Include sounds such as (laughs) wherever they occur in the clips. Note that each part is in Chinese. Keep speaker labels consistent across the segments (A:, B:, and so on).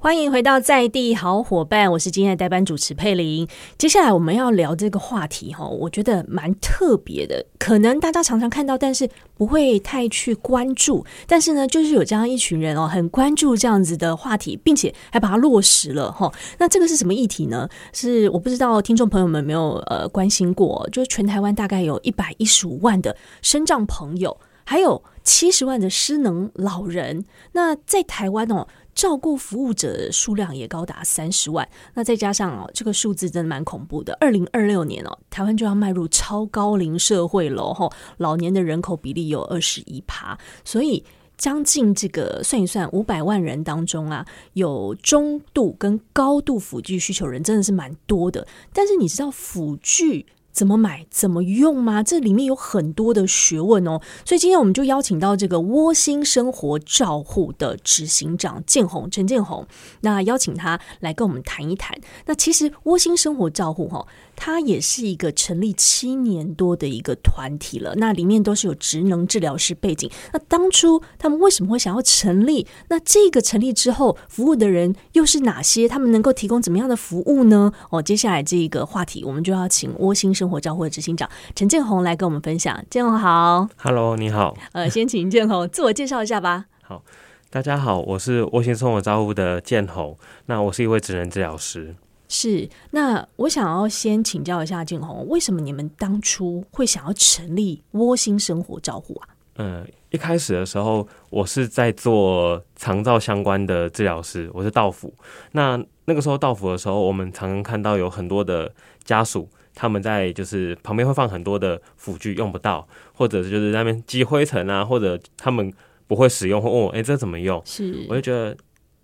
A: 欢迎回到在地好伙伴，我是今天的代班主持佩玲。接下来我们要聊这个话题哈，我觉得蛮特别的，可能大家常常看到，但是不会太去关注。但是呢，就是有这样一群人哦，很关注这样子的话题，并且还把它落实了哈。那这个是什么议题呢？是我不知道听众朋友们有没有呃关心过，就是全台湾大概有一百一十五万的身障朋友，还有七十万的失能老人。那在台湾哦。照顾服务者数量也高达三十万，那再加上哦，这个数字真的蛮恐怖的。二零二六年哦，台湾就要迈入超高龄社会了哦吼，老年的人口比例有二十一趴，所以将近这个算一算，五百万人当中啊，有中度跟高度辅具需求人真的是蛮多的。但是你知道辅具？怎么买、怎么用吗？这里面有很多的学问哦。所以今天我们就邀请到这个窝心生活照护的执行长建宏陈建宏，那邀请他来跟我们谈一谈。那其实窝心生活照护哈、哦，它也是一个成立七年多的一个团体了。那里面都是有职能治疗师背景。那当初他们为什么会想要成立？那这个成立之后，服务的人又是哪些？他们能够提供怎么样的服务呢？哦，接下来这个话题，我们就要请窝心生。生活照护执行长陈建宏来跟我们分享。建宏好
B: ，Hello，你好。
A: 呃，先请建宏自我介绍一下吧。
B: 好，大家好，我是窝心生活照护的建宏。那我是一位职能治疗师。
A: 是，那我想要先请教一下建宏，为什么你们当初会想要成立窝心生活照护啊？
B: 嗯、呃，一开始的时候，我是在做长照相关的治疗师，我是道府。那那个时候道府的时候，我们常常看到有很多的家属。他们在就是旁边会放很多的辅具，用不到，或者就是那边积灰尘啊，或者他们不会使用，会问我，哎、欸，这怎么用？
A: 是，
B: 我就觉得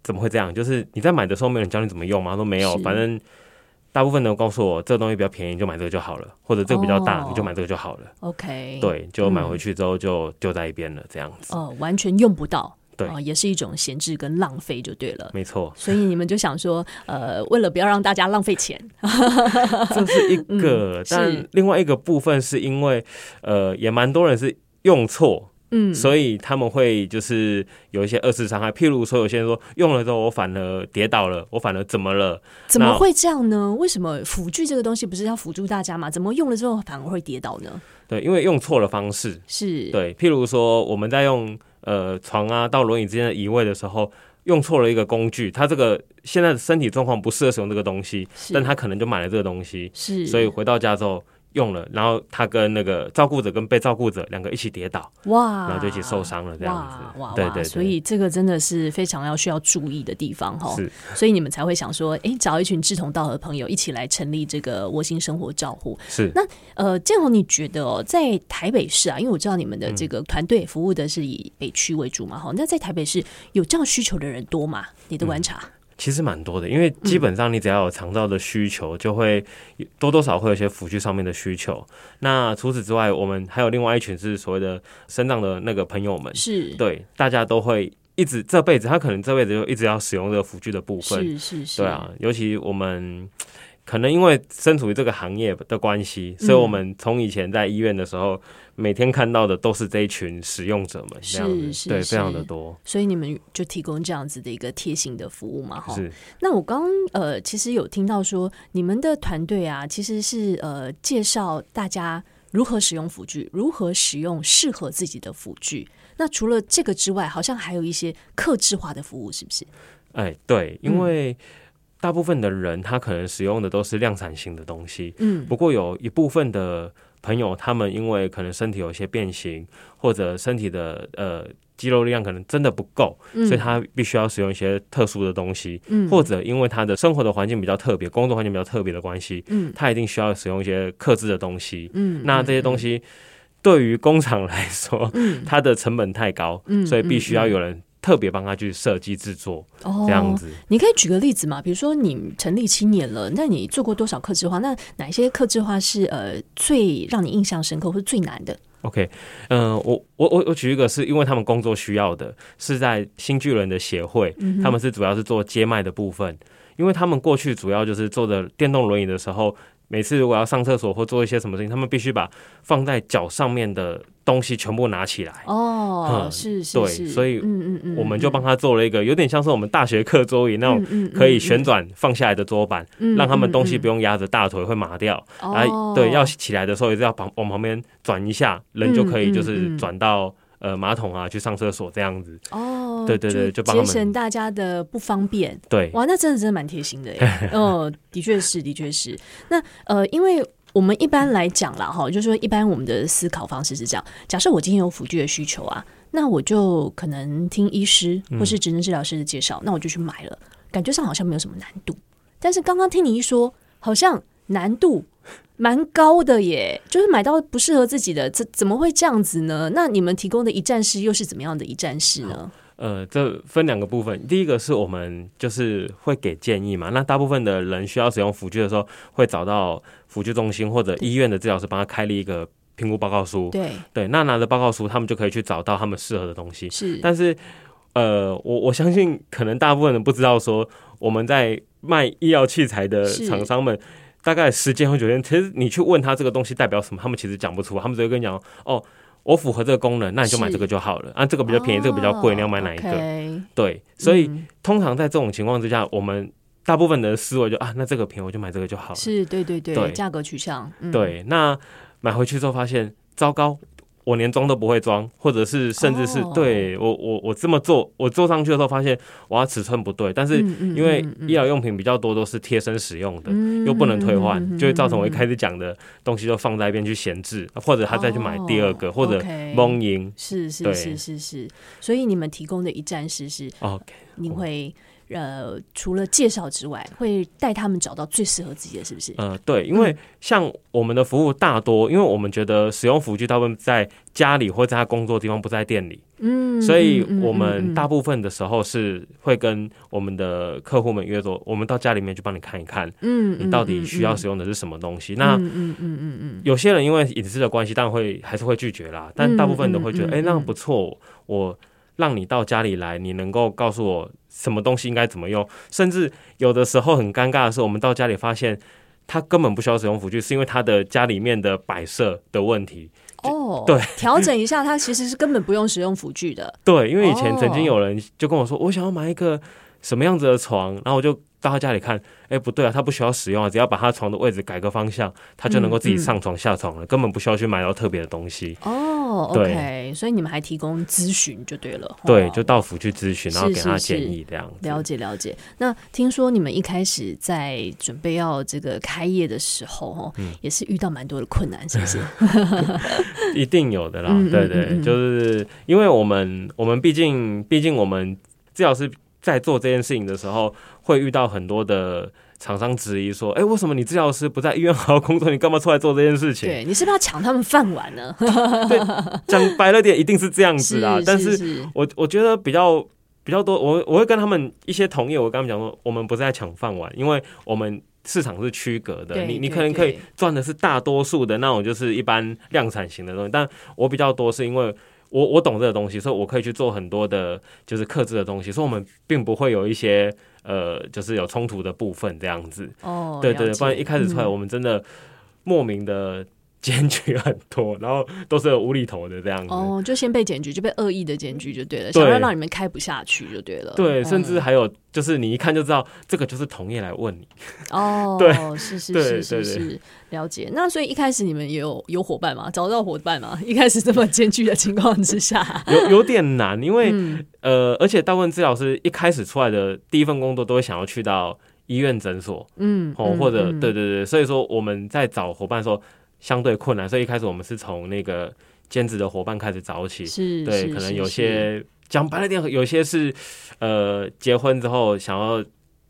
B: 怎么会这样？就是你在买的时候没人教你怎么用吗？他说没有，反正大部分都告诉我这东西比较便宜，就买这个就好了，或者这个比较大，oh, 你就买这个就好了。
A: OK，
B: 对，就买回去之后就、嗯、就在一边了，这样子。
A: 哦、呃，完全用不到。
B: 对、
A: 呃，也是一种闲置跟浪费，就对了。
B: 没错，
A: 所以你们就想说，呃，为了不要让大家浪费钱，
B: 这是一个、嗯，但另外一个部分是因为，呃，也蛮多人是用错，
A: 嗯，
B: 所以他们会就是有一些二次伤害，譬如说有些人说用了之后我反而跌倒了，我反而怎么了？
A: 怎么会这样呢？为什么辅具这个东西不是要辅助大家嘛？怎么用了之后反而会跌倒呢？
B: 对，因为用错了方式，
A: 是
B: 对，譬如说我们在用。呃，床啊到轮椅之间的移位的时候，用错了一个工具，他这个现在的身体状况不适合使用这个东西，但他可能就买了这个东西，
A: 是，
B: 所以回到家之后用了，然后他跟那个照顾者跟被照顾者两个一起跌倒，
A: 哇，
B: 然后就一起受伤了，这样子，
A: 哇哇
B: 对对,對，
A: 所以这个真的是非常要需要注意的地方哈，
B: 是，
A: 所以你们才会想说，哎、欸，找一群志同道合的朋友一起来成立这个窝心生活照护，
B: 是，
A: 那呃，建宏，你觉得哦，在台北市啊，因为我知道你们的这
B: 嗯
A: 个团队服务的是以北区为主嘛，哈、嗯，那在台北市有这样需求的人多吗？你的观察？嗯
B: 其实蛮多的，因为基本上你只要有肠道的需求，就会多多少会有些辅具上面的需求。那除此之外，我们还有另外一群是所谓的生长的那个朋友们，
A: 是
B: 对大家都会一直这辈子，他可能这辈子就一直要使用这个辅具的部分，
A: 是是是，
B: 对啊，尤其我们。可能因为身处于这个行业的关系，所以
A: 嗯
B: 我们从以前在医院的时候、嗯，每天看到的都是这一群使用者们，这样子，
A: 是是
B: 对，非常的多。
A: 所以你们就提供这样子的一个贴心的服务嘛，哈。
B: 是。
A: 那我刚呃，其实有听到说，你们的团队啊，其实是呃，介绍大家如何使用辅具，如何使用适合自己的辅具。那除了这个之外，好像还有一些客制化的服务，是不是？
B: 哎，对，因为。嗯大部分的人他可能使用的都是量产型的东西，
A: 嗯，
B: 不过有一部分的朋友，他们因为可能身体有一些变形，或者身体的呃肌肉力量可能真的不够、
A: 嗯，
B: 所以他必须要使用一些特殊的东西，
A: 嗯，
B: 或者因为他的生活的环境比较特别，工作环境比较特别的关系，
A: 嗯，
B: 他一定需要使用一些克制的东西，
A: 嗯，
B: 那这些东西对于工厂来说，嗯，它的成本太高，
A: 嗯，
B: 所以必须要有人。特别帮他去设计制作，这样子、哦。
A: 你可以举个例子嘛？比如说你成立七年了，那你做过多少客制化？那哪一些客制化是呃最让你印象深刻或者最难的
B: ？OK，嗯、呃，我我我我举一个是因为他们工作需要的，是在新巨人的协会、
A: 嗯，
B: 他们是主要是做接麦的部分，因为他们过去主要就是坐着电动轮椅的时候。每次如果要上厕所或做一些什么事情，他们必须把放在脚上面的东西全部拿起来。
A: 哦，
B: 嗯
A: 是是
B: 对
A: 是，
B: 所以
A: 嗯嗯嗯，嗯
B: 我们就帮他做了一个有点像是我们大学课桌椅那种
A: 种
B: 可以旋转放下来的桌板，
A: 嗯
B: 让他们东西不
A: 用
B: 用压着大腿会麻掉。啊，
A: 哦，
B: 对，要起来的时候也是要旁往旁边转一下，人就可以
A: 嗯
B: 就
A: 嗯
B: 是
A: 嗯
B: 转到呃马桶啊去上厕所这样子。
A: 哦，
B: 对对对就帮
A: 节
B: 他们
A: 省大家的不方便。
B: 对，
A: 哇，那真的真的蛮贴心的
B: (laughs)
A: 耶。哦，的确是，的确是。那呃，因为我们一般来讲啦，哈，就是说一般我们的思考方式是这样：假设我今天有辅具的需求啊，那我就可能听医师
B: 嗯
A: 或是职能治疗师的介绍，那我就去买了，感觉上好像没有什么难度。但是刚刚听你一说，好像难度。蛮高的耶，就是买到不适合自己的，怎怎么会这样子呢？那你们提供的一站式又是怎么样的一站式呢？
B: 呃，这分两个部分。第一个是我们就是会给建议嘛，那大部分的人需要使用辅具的时候，会找到辅具中心或者医院的治疗师帮他开立一个评估报告书。
A: 对，
B: 对，那拿着报告书，他们就可以去找到他们适合的东西。
A: 是
B: 但是，呃，我我相信可能大部分人不知道说，我们在卖医药器材的
A: 是
B: 厂商们。大概十间或九间，其实你去问他这个东西代表什么，他们其实讲不出，他们只会跟你讲哦，我符合这个功能，那你就买
A: 是哦
B: 这个就好了。啊，这个比较便宜，这个比较贵，你要买哪一个？对，所以、
A: 嗯
B: 通常在这种情况之下，我们大部分的思维就啊，那这个便宜我就买这个就好了。
A: 是对对对，
B: 哦对
A: 价格取向，嗯、
B: 对，那买回去之后发现，糟糕，我连装都不会装，或者是甚至是、
A: 哦
B: 对我我我这么做，我坐上去的时候发现，哇，尺寸不对，但是
A: 嗯，嗯
B: 因为
A: 嗯嗯
B: 医疗用品比较多都是贴身使用的。
A: 嗯
B: 又不能退换，
A: 嗯
B: 就会造成我一开始讲的东西就放在一边去闲置，或者他再去买第二个，
A: 哦
B: 或者
A: OK
B: 蒙赢。
A: 是是
B: 对
A: 是是是，所以你们提供的一站式是，
B: OK，
A: 你会呃除了介绍之外，会带他们找到最适合自己的，是不是？
B: 呃，对，因
A: 嗯
B: 为像我们的服务大多，因为我们觉得使用辅具大部分在家里或在他工作的地方，不在店里，
A: 嗯，
B: 所以
A: 嗯嗯
B: 我
A: 嗯嗯
B: 们大部分的时候是会跟我们的客户们约说，我们到家里面去帮你看一看，
A: 嗯，
B: 你到底需要
A: 谁？
B: 使用的是什么东西。
A: 嗯
B: 那
A: 嗯嗯嗯嗯嗯，
B: 有些人因为隐私的关系，当然会还是会拒绝啦，但大部分都会觉得，
A: 嗯嗯
B: 哎、那
A: 嗯
B: 不错，我让你到家里来，你能够告诉我什么东西应该怎么用，甚至有的时候很尴尬的是，我们到家里发现。他根本不需要使用辅具，是因为他的家里面的摆设的问题。
A: 哦，
B: 对，
A: 调整一下，它其实是根本不用使用辅具的，
B: 对，因为以前曾经
A: 哦
B: 有人就跟我说，我想要买一个什么样子的床，然后我就到他家里看，哎，不对啊，他不需要使用啊，只要把他床的位置改个方向，他就能够自
A: 嗯
B: 己
A: 嗯
B: 上床下床了，根本不需要去买到特别的东西。
A: 哦
B: 对
A: ，OK，所以你们还提供咨询就对了，
B: 对，
A: 哦
B: 就到府去咨询，然后
A: 是
B: 给他
A: 是是
B: 建议这样子。
A: 了解了解。那听说你们一开始在准备要这个开业的时候，哦、
B: 嗯
A: 也是遇到蛮多的困难，是不
B: (laughs)
A: 是？
B: 一定有的啦，
A: 嗯嗯
B: 对对，
A: 嗯嗯
B: 就是因为我们我们毕竟毕竟我们治疗师在做这件事情的时候，会遇到很多的厂商质疑说，哎、为什么你治疗师不在医院好好工作，你干嘛出来做这件事情？
A: 对，你是不是要抢他们饭碗
B: (laughs)
A: 呢？
B: 讲白了点，一定是这样子啦。但
A: 是
B: 是
A: 是
B: 我我觉得比较比较多，我我会跟他们一些同业，我跟他们讲说，我们不是在抢饭碗，因为我们市场是区隔的，
A: 对
B: 你
A: 对
B: 你可能可以
A: 对
B: 赚的是大多数的那种，就是一般量产型的东西，但我比较多是因为。我我懂这个东西，所以我可以去做很多的，就是克制的东西，所以我们并不会有一些呃，就是有冲突的部分这样子。
A: 哦，
B: 对对
A: 了
B: 对，
A: 解
B: 不然一开始出来，
A: 嗯
B: 我们真的莫名的检举很多，然后都是有无厘头的这样子。
A: 哦，就先被检举，就被恶意的检举就对了，
B: 对
A: 想要让你们开不下去就对了。
B: 对，
A: 嗯
B: 甚至还有就是你一看就知道这个就是同业来问你，
A: 哦，
B: 对，
A: 是是
B: 对
A: 是是
B: 对
A: 是，了解。那所以一开始你们也有有伙伴嘛，找到伙伴 (laughs) 嘛？一开始这么艰巨的情况之
B: (laughs)
A: 下， (laughs)
B: 有有点难，因为、
A: 嗯，
B: 呃，而且大部分治疗师一开始出来的第一份工作都会想要去到医院诊所
A: 嗯，
B: 哦，或者
A: 嗯
B: 对对对，所以说我们在找伙伴的时候相对困难，所以一开始我们是从那个兼职的伙伴开始找起，
A: 是，
B: 对，
A: 是
B: 可能
A: 是
B: 有
A: 是
B: 些讲白了点，有些是呃结婚之后想要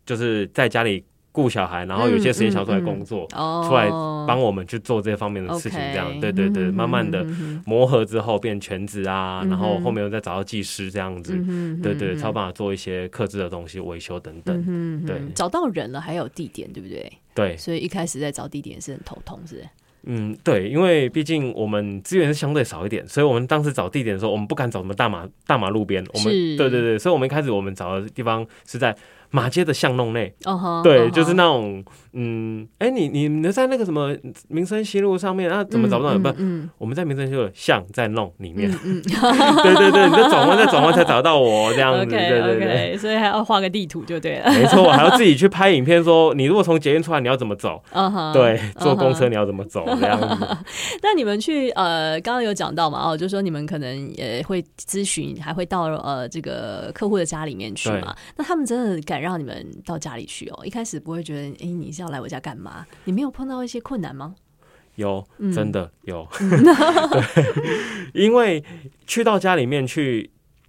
B: 就是在家里顾小孩，然后有些时间想要出来工作，
A: 嗯哦，
B: 出来帮我们去做这方面的
A: OK
B: 事情，这样对对对，
A: 嗯
B: 慢慢的
A: 嗯嗯
B: 磨合之后变全职啊，
A: 嗯哼
B: 然后后面又再找到技师这样子，
A: 嗯嗯
B: 对对，
A: 嗯
B: 才有办法做一些克制的东西、维修等等，
A: 嗯嗯嗯
B: 对
A: 找到人了，还有地点，对不对？
B: 对，
A: 所以一开始在找地点是很头痛，是不是
B: 嗯对，因为毕竟我们资源是相对少一点，所以我们当时找地点的时候，我们不敢找什么大马大马路边，我们
A: 是
B: 对对对，所以我们一开始我们找的地方是在马街的巷弄内，
A: 哦吼，
B: 对，
A: 哦
B: 就是
A: 吼
B: 那种，嗯，哎、你你你在那个什么民生西路上面啊，怎么找不到？
A: 嗯
B: 不、
A: 嗯
B: 我们在民生西路的巷在弄里面，
A: 嗯 (laughs) 嗯
B: (laughs) 对对对，你就转弯再转弯才找到我这样
A: 嗯
B: 子，对
A: ，OK
B: 对对。
A: OK，所以还要画个地图就对了，
B: 没错，还要自己去拍影片说，你如果从捷运出来，你要怎么走？
A: 嗯哼，
B: 对，坐公
A: 嗯
B: 车你要怎么走？这样子，
A: 哼。那你们去呃，刚刚有讲到嘛，哦，就说你们可能也会咨询，还会到呃这个客户的家里面去
B: 对
A: 嘛。那他们真的敢让你们到家里去哦？一开始不会觉得，哎，你是要来我家干嘛？你没有碰到一些困难吗？
B: 有
A: 嗯，
B: 真的有， (laughs) 对，因为去到家里面去，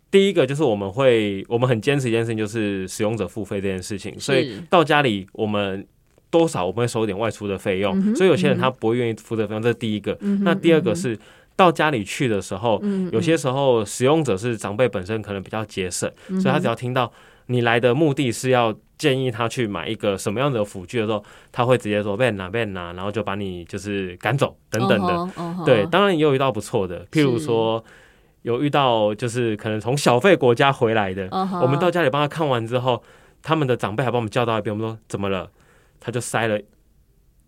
B: 第一个就是我们会，我们很坚持一件事情，就是使用者付费这件事情，所以
A: 是
B: 到家里我们多少我们会收一点外出的费用，
A: 嗯哼
B: 所以有些人
A: 嗯哼
B: 他不会愿意付这个费用，这是第一个。
A: 嗯哼
B: 那第二
A: 嗯
B: 个
A: 哼
B: 是到家里去的时候，
A: 嗯
B: 有些时候使用者是长辈本身可能比较节省，所以
A: 嗯
B: 他只要听到你来的目的是要建议他去买一个什么样的辅具的时候，他会直接说 “ben 啊 ben 啊”，然后就把你就是赶走等等的。
A: 哦吼，哦吼
B: 对，当然也有遇到不错的，譬如
A: 是
B: 说有遇到就是可能从小费国家回来的，
A: 嗯哼
B: 我们到家里帮他看完之后，他们的长辈还把我们叫到一边，我们说怎么了？他就塞了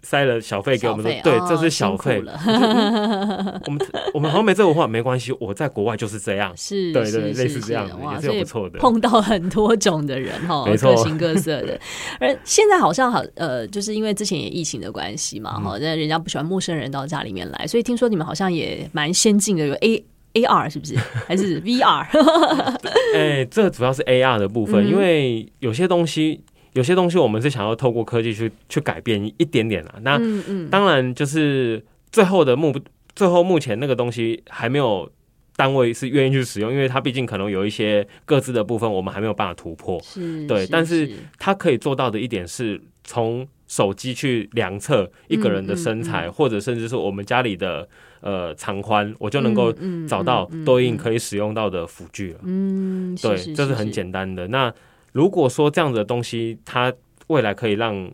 B: 塞了小费给我们说
A: 小费，
B: 对，
A: 哦
B: 这是小
A: 辛苦
B: 费。
A: 了 (laughs)
B: 我们我们好像没这文化，没关系，我在国外就是这样。
A: 是，
B: 对
A: 是
B: 对，
A: 是
B: 类似这样
A: 是
B: 的，
A: 哇，
B: 也是
A: 所
B: 有
A: 以
B: 不错的。
A: 碰到很多种的人哈，
B: 没
A: 各
B: 错
A: 形各色
B: (laughs)
A: 的。而现在好像好呃，就是因为之前也疫情的关系
B: 嗯
A: 嘛哈，那、人家不喜欢陌生人到家里面来，所以听说你们好像也蛮先进的，有 A。A R 是不是
B: (laughs)
A: 还是 V R？
B: 哎，这主要是 AR 的部分，
A: 嗯
B: 因为有些东西，有些东西我们是想要透过科技去去改变一点点啊。那
A: 嗯嗯，
B: 当然就是最后的目，最后目前那个东西还没有。单位是愿意去使用，因为它毕竟可能有一些各自的部分，我们还没有办法突破。
A: (laughs) 是，
B: 对但
A: 是
B: 是它可以做到的一点是从手机去量测一个人的身
A: 嗯
B: 材，
A: 嗯
B: 或者甚至是我们家里的呃长宽，我就能够
A: 嗯嗯
B: 找到
A: 嗯嗯
B: 对应可以使用到的辅具了。
A: 嗯，
B: 对，
A: 是
B: 这是很简单的。那如果说这样的东西，它未来可以让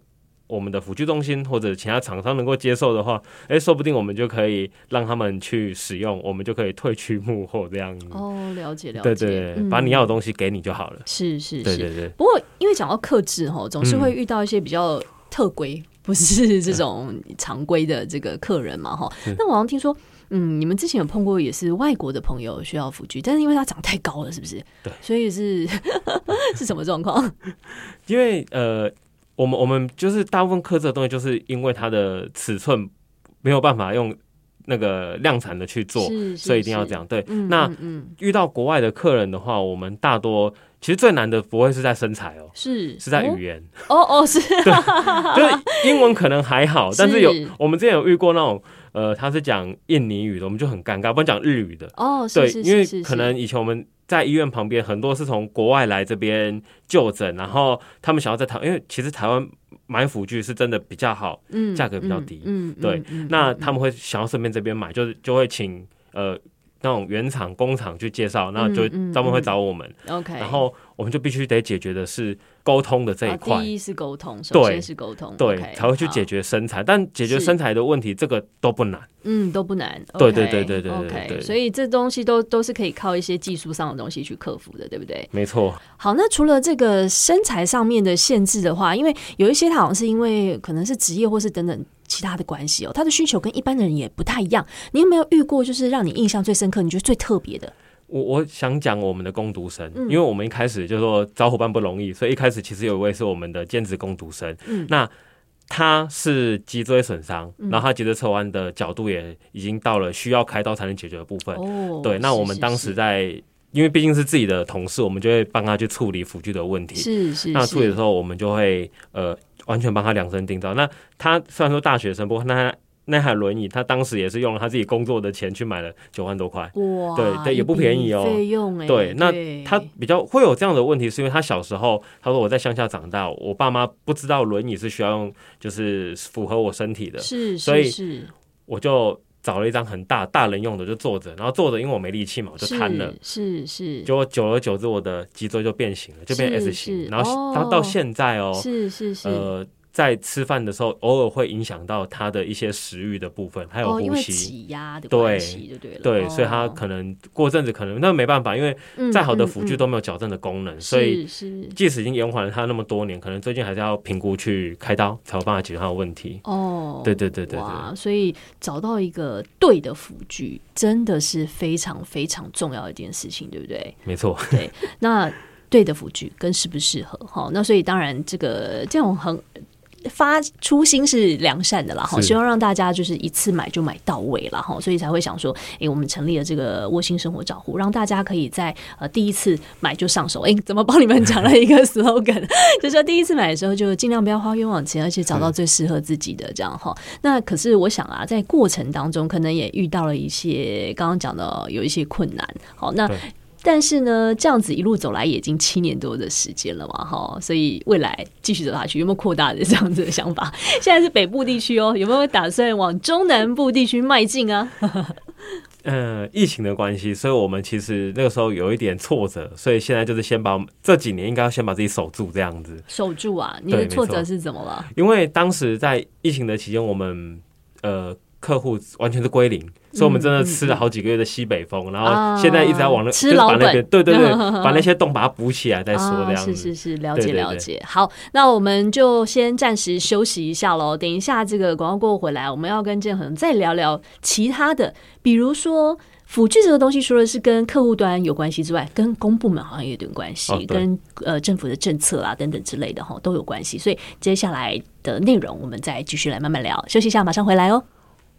B: 我们的辅具中心或者其他厂商能够接受的话，诶，说不定我们就可以让他们去使用，我们就可以退去幕后这样子。
A: 哦，了解了解，
B: 对对对，
A: 嗯
B: 把你要的东西给你就好了。
A: 是是
B: 对
A: 是，
B: 对对。
A: 不过，因为讲到克制
B: 嗯
A: 哈，总是会遇到一些比较特规， (laughs) 不是这种常规的这个客人嘛哈。那我好像听说，嗯，你们之前有碰过也是外国的朋友需要辅具，但是因为他长太高了，是不是？
B: 对，
A: 所以是 (laughs) 是什么状况？
B: 因为呃，我们我们就是大部分刻制的东西，就是因为它的尺寸没有办法用那个量产的去做，
A: 是，
B: 所以一定要这
A: 样。
B: 样。对，
A: 嗯，
B: 那
A: 嗯嗯
B: 遇到国外的客人的话，我们大多其实最难的不会是在身材哦。
A: 是
B: 是在语言，
A: 哦哦
B: (laughs)
A: 哦是
B: 就是英文可能还
A: (laughs)
B: 好，
A: 是
B: 但是有我们之前有遇过那种，呃，他是讲印尼语的，我们就很尴尬，不然讲日语的，
A: (laughs) 哦是
B: 对，
A: 是
B: 因
A: 是
B: 为
A: 是
B: 可能以前我们在医院旁边很多是从国外来这边就诊，然后他们想要在台，因为其实台湾买辅具是真的比较好，
A: 嗯
B: 价格比较低
A: 嗯嗯
B: 对
A: 嗯嗯
B: 那他们会想要顺便这边买，就是就会请呃那种原厂工厂去介绍，那就
A: 嗯嗯
B: 他们会找我们，
A: 嗯 OK，
B: 然后我们就必须得解决的是沟通的这一
A: 啊
B: 块。
A: 第一是沟通，首先
B: 对
A: 是沟通，
B: 对
A: OK，
B: 才会去
A: 好
B: 解决身材，但解决
A: 是
B: 身材的问题，这个都不难。
A: 嗯，都不难。
B: 对对对对对对
A: o k
B: 对对
A: OK，所以这东西都都是可以靠一些技术上的东西去克服的，对不对？
B: 没错，
A: 好，那除了这个身材上面的限制的话，因为有一些他好像是因为可能是职业或是等等其他的关系哦，他的需求跟一般的人也不太一样。你有没有遇过就是让你印象最深刻、你觉得最特别的？
B: 我我想讲我们的攻读生，
A: 嗯
B: 因为我们一开始就说找伙伴不容易，所以一开始其实有一位是我们的兼职攻读生，
A: 嗯
B: 那他是脊椎损伤，
A: 嗯
B: 然后他脊椎侧弯的角度也已经到了需要开刀才能解决的部分。
A: 哦，
B: 对，那
A: 是
B: 我们
A: 是
B: 当时在，因为毕竟是自己的同事，我们就会帮他去处理辅具的问题。
A: 是是是
B: 那处理的
A: 是
B: 时候，我们就会呃完全帮他量身定造。那他虽然说大学生，不过那他那台轮椅，他当时也是用了他自己工作的钱去买了九万多块。
A: 哇，
B: 对对也
A: 一
B: 不便
A: 笔
B: 宜哦
A: 费用哎，
B: 对那
A: 对
B: 他比较会有这样的问题，是因为他小时候，他说我在乡下长大，我爸妈不知道轮椅是需要用，就是符合我身体的，
A: 是，
B: 所以
A: 是是
B: 我就找了一张很大大人用的，就坐着，然后坐着，因为我没力气嘛，我就瘫了。，
A: 是是
B: 结果久而久之，我的脊椎就变形了，就变
A: 是
B: S
A: 是
B: 型，然
A: 哦
B: 后到到现在哦，
A: 是是是是，
B: 呃，在吃饭的时候，偶尔会影响到他的一些食欲的部分，还有
A: 哦，因
B: 呼
A: 为
B: 吸。
A: 挤压的
B: 对
A: 关系，就对了。
B: 对，
A: 哦
B: 所以他可能过阵子可能那没办法，因为再好的辅具
A: 嗯嗯
B: 都没有矫正的功能，
A: 嗯
B: 所以
A: 是是
B: 即使已经延缓了他那么多年，可能最近还是要评估去开刀，才有办法解决他的问题。
A: 哦，
B: 对对对对对，
A: 哇，所以找到一个对的辅具真的是非常非常重要的一件事情，对不对？
B: 没错，
A: 那对的辅具跟适不适合哈，那所以当然这个这种很发初心是良善的啦哈，
B: 是
A: 希望让大家就是一次买就买到位啦哈，所以才会想说，诶，我们成立了这个窝心生活照护，让大家可以在呃第一次买就上手。诶，怎么帮你们讲了一个 (laughs) slogan？就说第一次买的时候就尽量不要花冤枉钱，而且找到最适合自己的这样哈。那可是我想啊，在过程当中可能也遇到了一些刚刚讲的哦有一些困难，好那
B: 对。
A: 但是呢，这样子一路走来也已经七年多的时间了嘛，哈，所以未来继续走下去，有没有扩大的这样子的想法？ (laughs) 现在是北部地区哦，有没有打算往中南部地区迈进啊？
B: 嗯，疫情的关系，所以我们其实那个时候有一点挫折，所以现在就是先把我们这几年应该要先把自己守住这样子。
A: 守住啊！你的
B: 对没
A: 挫
B: 错
A: 折是怎么了？
B: 因为当时在疫情的期间，我们呃客户完全是归零，所以我们真的吃
A: 嗯
B: 了好几个月的西北风，然
A: 啊
B: 后现在一直在往那、
A: 吃
B: 就是把
A: 老
B: 那边
A: 本
B: 对对
A: (laughs)
B: 对，把那些洞把它补起来再说这
A: 啊，
B: 样
A: 是
B: 子。
A: 是是，了
B: 对
A: 解
B: 对
A: 了
B: 对
A: 解。好，那我们就先暂时休息一下喽。等一下这个广告过后回来，我们要跟建恒再聊聊其他的，比如说。辅具这个东西，除了是跟客户端有关系之外，跟公部门好像也有点关系，
B: 哦对
A: 跟呃政府的政策啊等等之类的哈都有关系。所以接下来的内容，我们再继续来慢慢聊。休息一下，马上回来哦。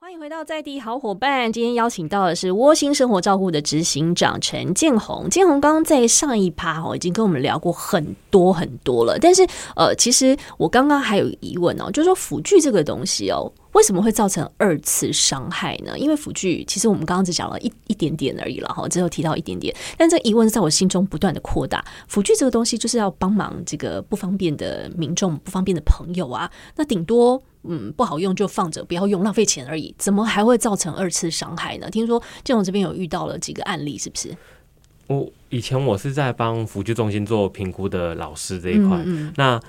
A: 欢迎回到在地好伙伴，今天邀请到的是窝心生活照护的执行长陈建宏。建宏刚刚在上一趴哦，已经跟我们聊过很多很多了，但是呃，其实我刚刚还有疑问哦，就是说辅具这个东西哦，为什么会造成二次伤害呢？因为辅具其实我们刚刚只讲了一一点点而已了哈，只有提到一点点，但这个疑问在我心中不断的扩大。辅具这个东西就是要帮忙这个不方便的民众、不方便的朋友啊，那顶多嗯不好用就放着，不要用，浪费钱而已，怎么还会造成二次伤害呢？听说建宏这边有遇到了几个案例，是不是？
B: 我以前我是在帮辅具中心做评估的老师这一块，
A: 嗯嗯
B: 那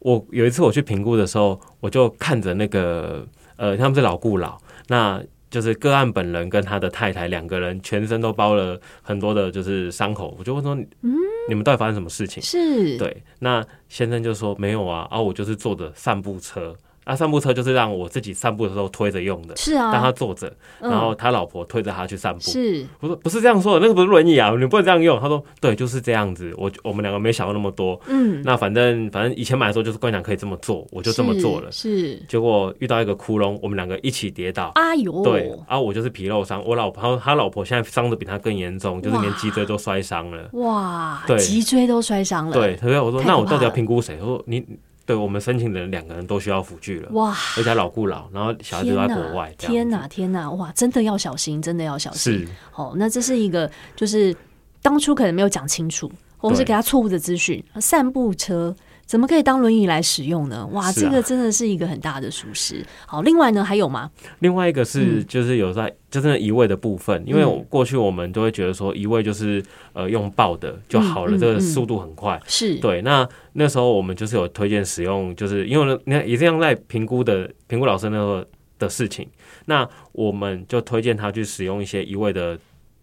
B: 我有一次我去评估的时候，我就看着那个呃，他们是老顾老，那就是个案本人跟他的太太两个人全身都包了很多的，就是伤口。我就问说，嗯，你们到底发生什么事情？
A: 是，
B: 对，那先生就说没有啊，啊，我就是坐着散步车，啊，散步车就是让我自己散步的时候推着用的，
A: 是
B: 让他
A: 啊，
B: 坐着，然后他老婆推着他去散步。
A: 是
B: 我说不嗯是这样说的，那个不是轮椅啊，你不能这样用。他说对，就是这样子。我我们两个没想到那么多，
A: 嗯，
B: 那反正反正以前买的时候就是观想可以这么做，我就这么做了。
A: 是。是
B: 结果遇到一个窟窿，我们两个一起跌倒。
A: 哎呦，
B: 对啊，我就是皮肉伤，我老婆他老婆现在伤的比他更严重，就是连
A: 哇
B: 脊椎都摔伤了。
A: 哇，
B: 对
A: 脊椎都摔伤了，
B: 对，，所以我说
A: 太可
B: 那我到
A: 怕
B: 底要
A: 了
B: 评估谁？我说你对我们申请的人两个人都需要辅具了，
A: 哇，
B: 而且还老顾老，然后小孩子
A: 天
B: 都在
A: 哪，
B: 国外，这样
A: 天
B: 子
A: 哪，天哪，哇，真的要小心，真的要小心，
B: 是
A: 哦，那这是一个就是当初可能没有讲清楚，或者是
B: 对
A: 给他错误的资讯。散步车怎么可以当轮椅来使用呢？哇，
B: 是
A: 这
B: 啊
A: 个真的是一个很大的疏失。好，另外呢还有吗？
B: 另外一个是
A: 嗯
B: 就是有在就是那移位的部分，因为
A: 嗯
B: 我过去我们都会觉得说移位就是呃用抱的就好
A: 嗯
B: 了，
A: 嗯
B: 这
A: 嗯
B: 个速度很快。
A: 是，
B: 对，那那时候我们就是有推荐使用，就是因为呢那也这样在评估的评估老师那时候的事情，那我们就推荐他去使用一些移位的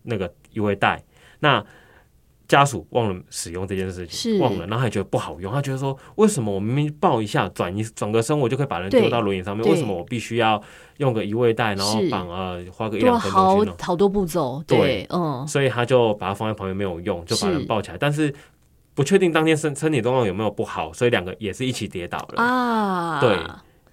B: 那个移位带。那家属忘了使用这件事
A: 是
B: 情，忘了，然后还觉得不好用，他觉得说为什么我明明抱一下转一转个身，我就可以把人
A: 对
B: 丢到轮椅上面，
A: 对
B: 为什么我必须要用个移位带，然后
A: 是啊
B: 绑呃花个一
A: 多
B: 两分钟
A: 好
B: 去弄？
A: 好多步骤，对
B: 对，
A: 嗯，
B: 所以他就把它放在旁边没有用，就把
A: 是
B: 人抱起来，但是不确定当天身身体状况有没有不好，所以两个也是一起跌倒了。
A: 啊，
B: 对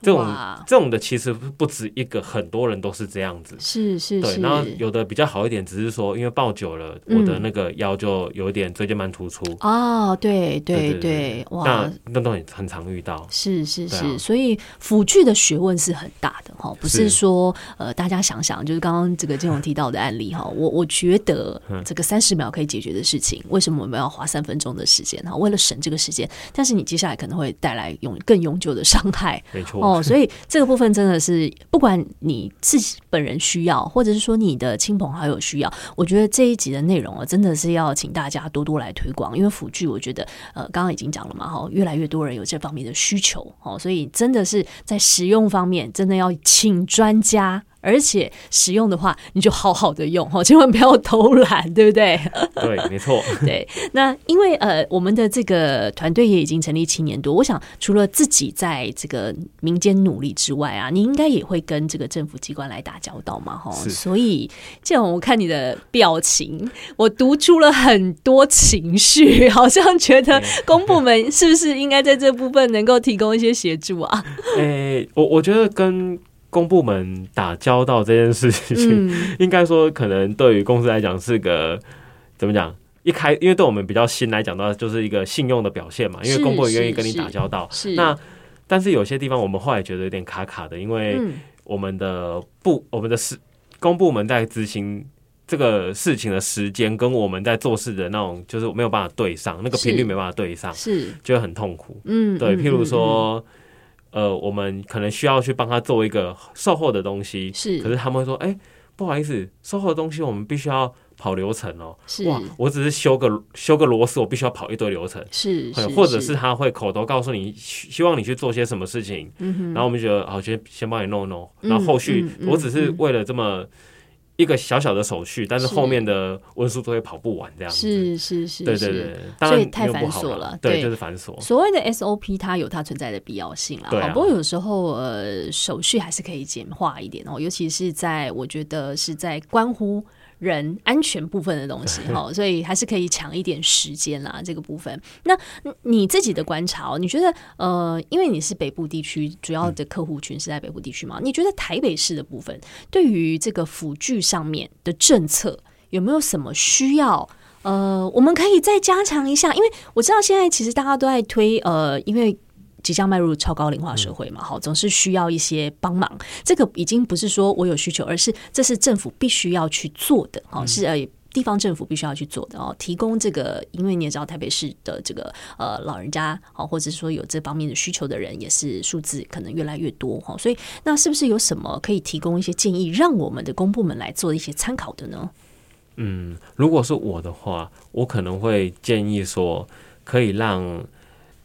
B: 这种
A: 哇
B: 这种的其实不止一个，很多人都是这样子。
A: 是是
B: 对
A: 是，，
B: 然后有的比较好一点，只是说因为抱久了，
A: 嗯
B: 我的那个腰就有一点椎间盘突出。
A: 哦，对对
B: 对对
A: 哇
B: 那。那都很很常遇到，
A: 是是
B: 对
A: 是，
B: 啊
A: 所以辅具的学问是很大的哈，不是
B: 是
A: 说呃大家想想，就是刚刚这个金融提到的案例哈，我我觉得
B: 嗯
A: 这个三十秒可以解决的事情，为什么我们要花三分钟的时间哈？为了省这个时间，但是你接下来可能会带来永更永久的伤害
B: 没错。
A: 哦，所以这个部分真的是，不管你自己本人需要，或者是说你的亲朋好友需要，我觉得这一集的内容啊，真的是要请大家多多来推广，因为辅具我觉得呃刚刚已经讲了嘛，哈，越来越多人有这方面的需求哦，所以真的是在使用方面，真的要请专家。而且使用的话，你就好好的用哈，千万不要偷懒，对不对？
B: 对，没错。
A: 对，那因为呃，我们的这个团队也已经成立七年多，我想除了自己在这个民间努力之外啊，你应该也会跟这个政府机关来打交道嘛，哈。
B: 是
A: 所以，这样我看你的表情，我读出了很多情绪，好像觉得
B: 嗯
A: 公部门是不是应该在这部分能够提供一些协助啊？
B: (laughs) 诶、我我觉得跟公部门打交道这件事情，
A: 嗯，
B: 应该说可能对于公司来讲是个怎么讲？一开，因为对我们比较新来讲到，就是一个信用的表现嘛，因为
A: 是
B: 公部门愿意
A: 是
B: 跟你打
A: 是
B: 交道。
A: 是
B: 那但是有些地方我们后来觉得有点卡卡的，因为
A: 嗯
B: 我们的部我们的时公部门在执行这个事情的时间，跟我们在做事的那种就是没有办法对上，那个频率
A: 是
B: 没办法对上，
A: 是
B: 就会很痛苦。
A: 嗯，
B: 哎对，
A: 嗯
B: 譬如
A: 嗯
B: 说，呃，我们可能需要去帮他做一个售后的东西
A: 嗯，是，
B: 可是他们会说，哎、不好意思，售后的东西我们必须要跑流程哦。
A: 是
B: 哇，我只是修个修个螺丝，我必须要跑一堆流程。
A: 是是，
B: 或者是他会口头告诉你，希希望你去做些什么事情，
A: 嗯哼
B: 然后我们觉得好，先先帮你弄一弄，
A: 嗯
B: 然后后续
A: 嗯嗯
B: 我只是
A: 嗯
B: 为了这么一个小小的手续，但是
A: 是
B: 后面的文书都会跑不完这样子。
A: 是是是，
B: 对
A: 是
B: 对对，当
A: 所
B: 然
A: 以太
B: 没有不好
A: 繁琐
B: 啦
A: 了
B: 对，
A: 对
B: 就是繁琐。
A: 所谓的 SOP，它有它存在的必要性啦。哦
B: 对啊
A: 好不过有时候呃，手续还是可以简化一点哦，尤其是在我觉得是在关乎人安全部分的东
B: (laughs)
A: 西哈、哦，所以还是可以抢一点时间啦这个部分。那嗯你自己的观察哦，你觉得呃，因为你是北部地区主要
B: 嗯
A: 的客户群是在北部地区嘛，你觉得台北市的部分对于这个辅具上面的政策有没有什么需要？呃，我们可以再加强一下，因为我知道现在其实大家都在推，呃，因为即将迈入超高龄化社会嘛，好，总是需要一些帮忙。这个已经不是说我有需求，而是这是政府必须要去做的，好，是呃。地方政府必须要去做的哦，提供这个，因为你也知道台北市的这个呃老人家哦，或者说有这方面的需求的人，也是数字可能越来越多哈、哦，所以那是不是有什么可以提供一些建议，让我们的公部门来做一些参考的呢？
B: 嗯，如果是我的话，我可能会建议说，可以让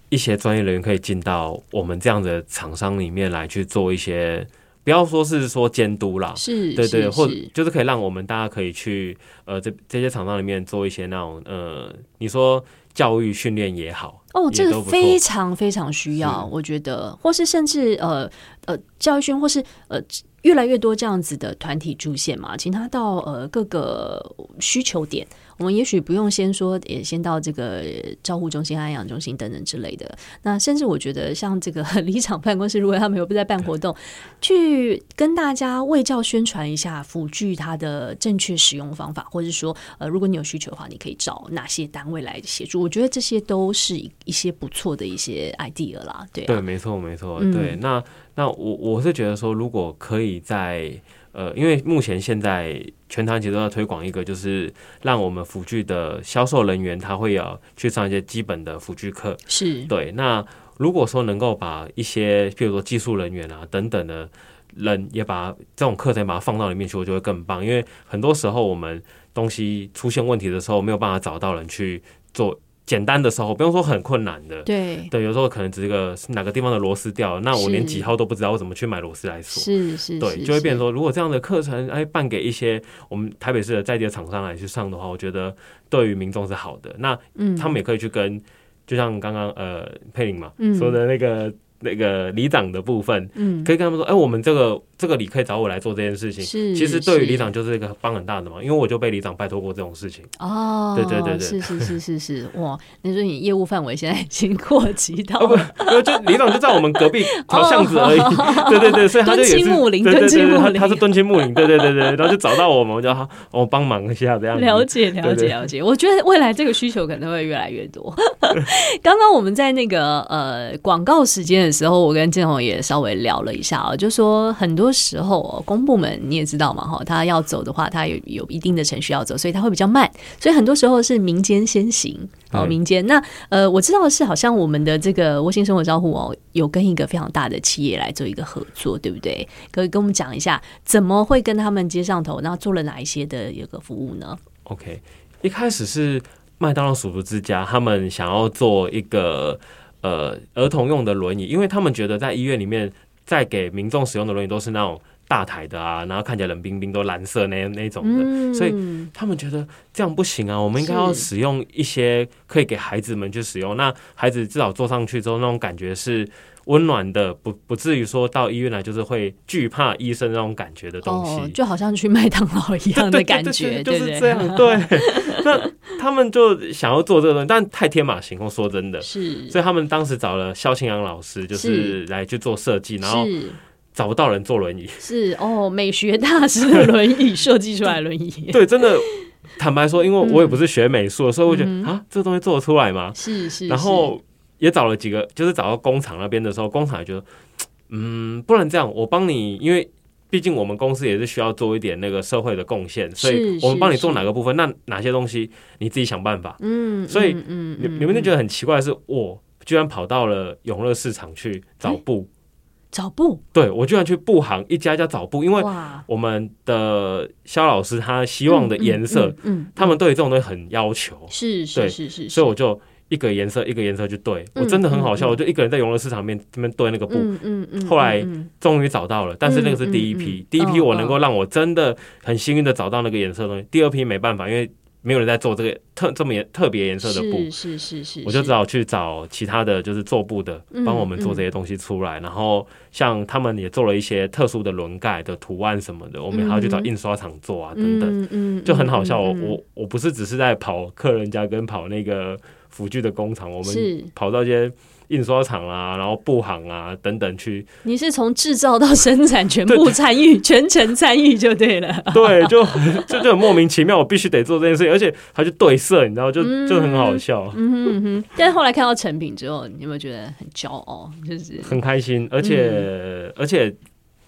B: 一些专业人员可以进到我们这样的厂商里面来去做一些，不要说是说监督啦，
A: 是，
B: 对对，
A: 是
B: 或
A: 是
B: 就是可以让我们大家可以去呃这这些厂商里面做一些那种呃，你说教育训练也好，
A: 哦，
B: 也
A: 这
B: 都
A: 个
B: 不
A: 非
B: 错
A: 常非常需要，
B: 是
A: 我觉得，或是甚至呃呃，教育训或是呃，越来越多这样子的团体出现嘛，请他到呃各个需求点，我们也许不用先说，也先到这个呃照护中心、安养中心等等之类的。那甚至我觉得，像这个 (laughs) 里长办公室，如果他们有在办活动，去跟大家为教宣传一下辅具它的正确使用方法，或者说，呃，如果你有需求的话，你可以找哪些单位来协助？我觉得这些都是一一些不错的一些 idea 啦，对啊，
B: 对，没错，没错，
A: 嗯
B: 对。那那我我是觉得说，如果可以在呃，因为目前现在全台其实都在推广一个，就是让我们辅具的销售人员他会要去上一些基本的辅具课。
A: 是
B: 对，那如果说能够把一些，譬如说技术人员啊等等的人，也把这种课程把它放到里面去，我就会更棒。因为很多时候我们东西出现问题的时候，没有办法找到人去做简单的时候，不用说很困难的，
A: 对，
B: 对，有时候可能只是个是哪个地方的螺丝掉了，那我连
A: 是
B: 几号都不知道，我怎么去买螺丝来锁？
A: 是是，
B: 对，
A: 是
B: 就会变
A: 是
B: 成说，如果这样的课程哎办给一些我们台北市的在地的厂商来去上的话，我觉得对于民众是好的。那
A: 嗯，
B: 他们也可以去跟，就像刚刚呃佩玲嘛
A: 嗯
B: 说的那个那个里长的部分，
A: 嗯
B: 可以跟他们说，哎，我们这个这个里可以找我来做这件事情。
A: 是，
B: 其实对于里
A: 是
B: 长就是一个帮很大的忙，因为我就被里长拜托过这种事情。
A: 哦，
B: 对对对对
A: 是是是是是，哇，你说你业务范围现在已经 (laughs) 扩及到
B: (laughs) 哦不
A: 了，，
B: 没有就里长就在我们隔壁条巷子而已。对对对，所以他就
A: 哦敦
B: 也是
A: 亲睦邻
B: 对对
A: 敦亲
B: 对，
A: 睦
B: 他
A: 邻
B: 他是敦亲睦邻，对对对对，然后就找到我们，我就好，我帮忙一下这样子。
A: 了解，了解，
B: 对对
A: 了解。我觉得未来这个需求可能会越来越
B: (laughs)
A: 多。刚刚我们在那个呃广告时间的时候，我跟建宏也稍微聊了一下啊，就说很多多时候、哦、公部门你也知道嘛，哈，他要走的话，他有有一定的程序要走，所以他会比较慢，所以很多时候是民间先行哦，
B: 对
A: 民间。那呃，我知道的是，好像我们的这个窝心生活照护哦，有跟一个非常大的企业来做一个合作，对不对？可以跟我们讲一下，怎么会跟他们接上头？那做了哪一些的一个服务呢？
B: OK，一开始是麦当劳叔叔之家，他们想要做一个呃儿童用的轮椅，因为他们觉得在医院里面在给民众使用的轮椅都是那种大台的啊，然后看起来冷冰冰都蓝色那那种的，
A: 嗯
B: 所以他们觉得这样不行啊，我们应该要
A: 是
B: 使用一些可以给孩子们去使用，那孩子至少坐上去之后那种感觉是。温暖的，不不至于说到医院来就是会惧怕医生那种感觉的东西。 (laughs)
A: 哦，就好像去麦当劳一样的
B: 对对对
A: 感
B: 对
A: 觉，
B: 就
A: 不
B: 是
A: 对？
B: 这样。对， (laughs) 那他们就想要做这个东西，但太天马行空，说真的。
A: (laughs) 是
B: 所以他们当时找了萧庆阳老师，就是来去做设计，然后
A: 是
B: 找不到人坐轮椅。 (laughs)
A: 是哦，美学大师的轮椅设计出来的轮
B: (laughs)
A: 椅，
B: 对，真的，坦白说，因为我也不是学美术的，所以我觉
A: 嗯
B: 得啊，这个东西做得出来吗？
A: 是是。
B: 然后也找了几个，就是找到工厂那边的时候，工厂也觉得，嗯，不然这样，我帮你，因为毕竟我们公司也是需要做一点那个社会的贡献，所以
A: 是
B: 我们帮你做
A: 是
B: 哪个部分，那哪些东西你自己想办法。
A: 是嗯，
B: 所以
A: 嗯嗯
B: 你你们就觉得很奇怪的是，我居然跑到了永乐市场去找布，
A: 找布
B: 对我居然去布行一家一家找布，因为
A: 哇，
B: 我们的肖老师他希望的颜色，
A: 嗯，嗯嗯
B: 他们对于这种东西很要求，
A: 是是
B: 对
A: 是是，
B: 所以我
A: 我
B: 就一个颜色一个颜色去对，
A: 嗯
B: 我真的很好笑，
A: 嗯嗯
B: 我就一个人在永乐市场面这边对那个布，
A: 嗯嗯嗯，
B: 后来
A: 嗯嗯
B: 终于找到了，但是那个是第一批，
A: 嗯嗯嗯
B: 第一批
A: 哦
B: 我能够让我真的很幸运的找到那个颜色的东西，第二批没办法，因为没有人在做这个特这么颜特别颜色的布，
A: 是是是是，
B: 我就是只好去找其他的就是做布的
A: 嗯
B: 帮我们做这些东西出来，然后像他们也做了一些特殊的轮盖的图案什么的，我们还要去找
A: 嗯哼
B: 印刷厂做啊等等，
A: 嗯嗯，
B: 就很好笑。我
A: 嗯嗯
B: 我我不是只是在跑客人家跟跑那个辅具的工厂，我们
A: 是
B: 跑到一些印刷厂啊，然后布行啊等等去，
A: 你是从制造到生产全
B: 对
A: 部参与，全程参与就对了，
B: 对，就很 (laughs) 就就很莫名其妙，我必须得做这件事情，而且还去对色，你知道，就就很好笑，
A: 嗯哼哼。但是后来看到成品之后，你有没有觉得很骄傲？就是
B: 很开心，而
A: 嗯
B: 且而且。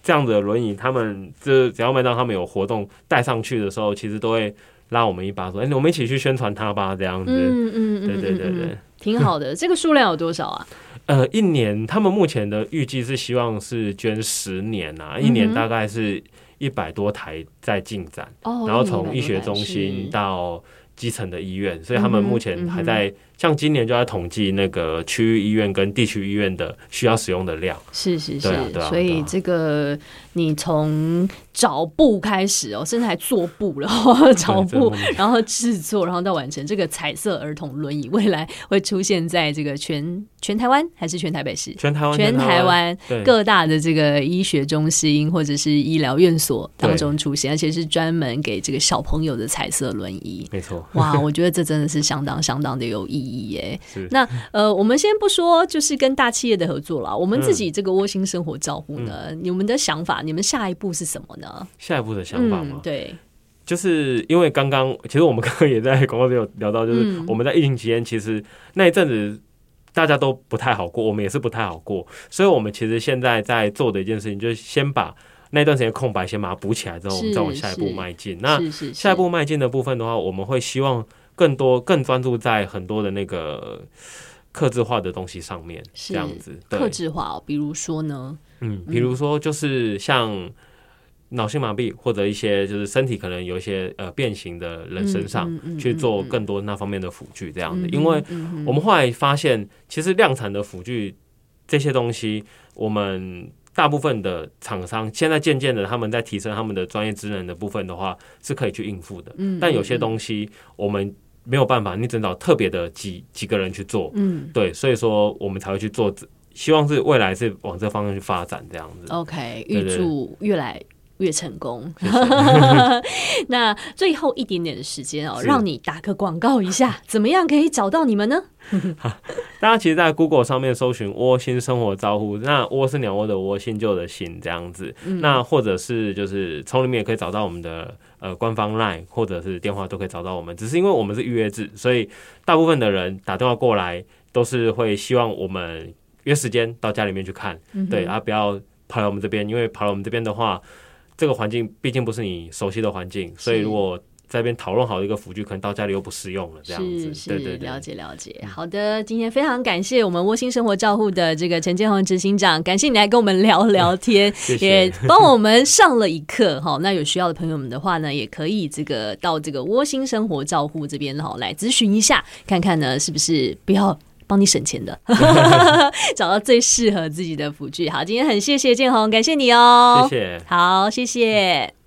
B: 这样的轮椅，他们就只要麦当他们有活动带上去的时候，其实都会拉我们一把，说：“哎、我们一起去宣传它吧。”这样子，
A: 嗯嗯嗯，
B: 对对对
A: 嗯嗯
B: 对。
A: 嗯挺好
B: (laughs)
A: 的。这个数量有多少啊？
B: 呃，一年他们目前的预计是希望是捐十年啊，一
A: 嗯
B: 年
A: 哼
B: 大概是一百多台在进展，
A: 哦，
B: 然后
A: 一年
B: 从医学中
A: 是
B: 心到基层的医院，所以他们
A: 嗯哼
B: 目前还在、像今年就在统计那个区域医院跟地区医院的需要使用的量。
A: 是是是，
B: 对啊对啊
A: 所
B: 对
A: 以
B: 啊
A: 这个你从找布开始哦，甚至还做布了，然 (laughs) 后找
B: (laughs)
A: 布
B: 对真的，
A: 然后制作，然后到完成这个彩色儿童轮椅，未来会出现在这个全全台湾还是全台北市？
B: 全台湾，
A: 全台湾
B: 对
A: 各大的这个医学中心或者是医疗院所当中出现，而且是专门给这个小朋友的彩色轮椅。
B: 没错， (laughs)
A: 哇，我觉得这真的是相当相当的有意义耶
B: 是。
A: 那呃，我们先不说就是跟大企业的合作了，我们自己这个窝心生活照护呢，
B: 嗯
A: 你们的想法，你们下一步是什么呢？
B: 下一步的想法吗？
A: 嗯，对，
B: 就是因为刚刚，其实我们刚刚也在广告里有聊到，就是
A: 嗯
B: 我们在疫情期间，其实那一阵子大家都不太好过，我们也是不太好过，所以我们其实现在在做的一件事情，就是先把那段时间空白先把它补起来，之后
A: 是
B: 我们再往下一步迈进。那
A: 是是是
B: 下一步迈进的部分的话，我们会希望更多、更专注在很多的那个克制化的东西上面，
A: 是
B: 这样子。对
A: 克，制化、哦，比如说呢，
B: 嗯，比如说就是像。脑性麻痹或者一些就是身体可能有一些呃变形的人身上，
A: 嗯嗯嗯
B: 去做
A: 嗯
B: 更多那方面的辅具这样子，
A: 嗯
B: 因为
A: 嗯嗯
B: 我们后来发现，其实量产的辅具这些东西，我们大部分的厂商现在渐渐的他们在提升他们的专业职能的部分的话，是可以去应付的。
A: 嗯
B: 但有些东西我们没有办法，你只能找特别的几几个人去做，
A: 嗯
B: 对，所以说我们才会去做这，希望是未来是往这方向去发展这样子。
A: ，OK，
B: 对
A: 预
B: 对
A: 祝越来。越成功， (laughs) 那最后一点点的时间哦，
B: 是
A: 让你打个广告一
B: (laughs)
A: 下，怎么样可以找到你们呢？
B: 大家其实，在 Google 上面搜寻“窝心生活招呼”，那“窝”是鸟窝的窝，新旧的新这样子。
A: 嗯
B: 那或者是就是从里面也可以找到我们的呃官方 LINE 或者是电话都可以找到我们。只是因为我们是预约制，所以大部分的人打电话
A: 嗯
B: 过来都是会希望我们约时间到家里面去看，对啊，不要跑来我们这边，因为跑来我们这边的话，这个环境毕竟不是你熟悉的环境，所以如果在这边讨论好一个辅具，可能到家里又不适用了，这样子。
A: 是是，
B: 对对对，嗯
A: 了解了解。好的，今天非常感谢我们窝心生活照护的这个陈建宏执行长，感谢你来跟我们
B: (laughs)
A: 聊聊天，
B: 谢
A: 也
B: 谢。
A: 帮我们上了一课哈。 (laughs) 那有需要的朋友们的话呢，也可以这个到这个窝心生活照护这边哈来咨询一下，看看呢是不是不要。帮你省钱的， (laughs) 找到最适合自己的辅具。好，今天很谢谢建宏，感谢你哦，
B: 谢谢
A: 好，谢谢。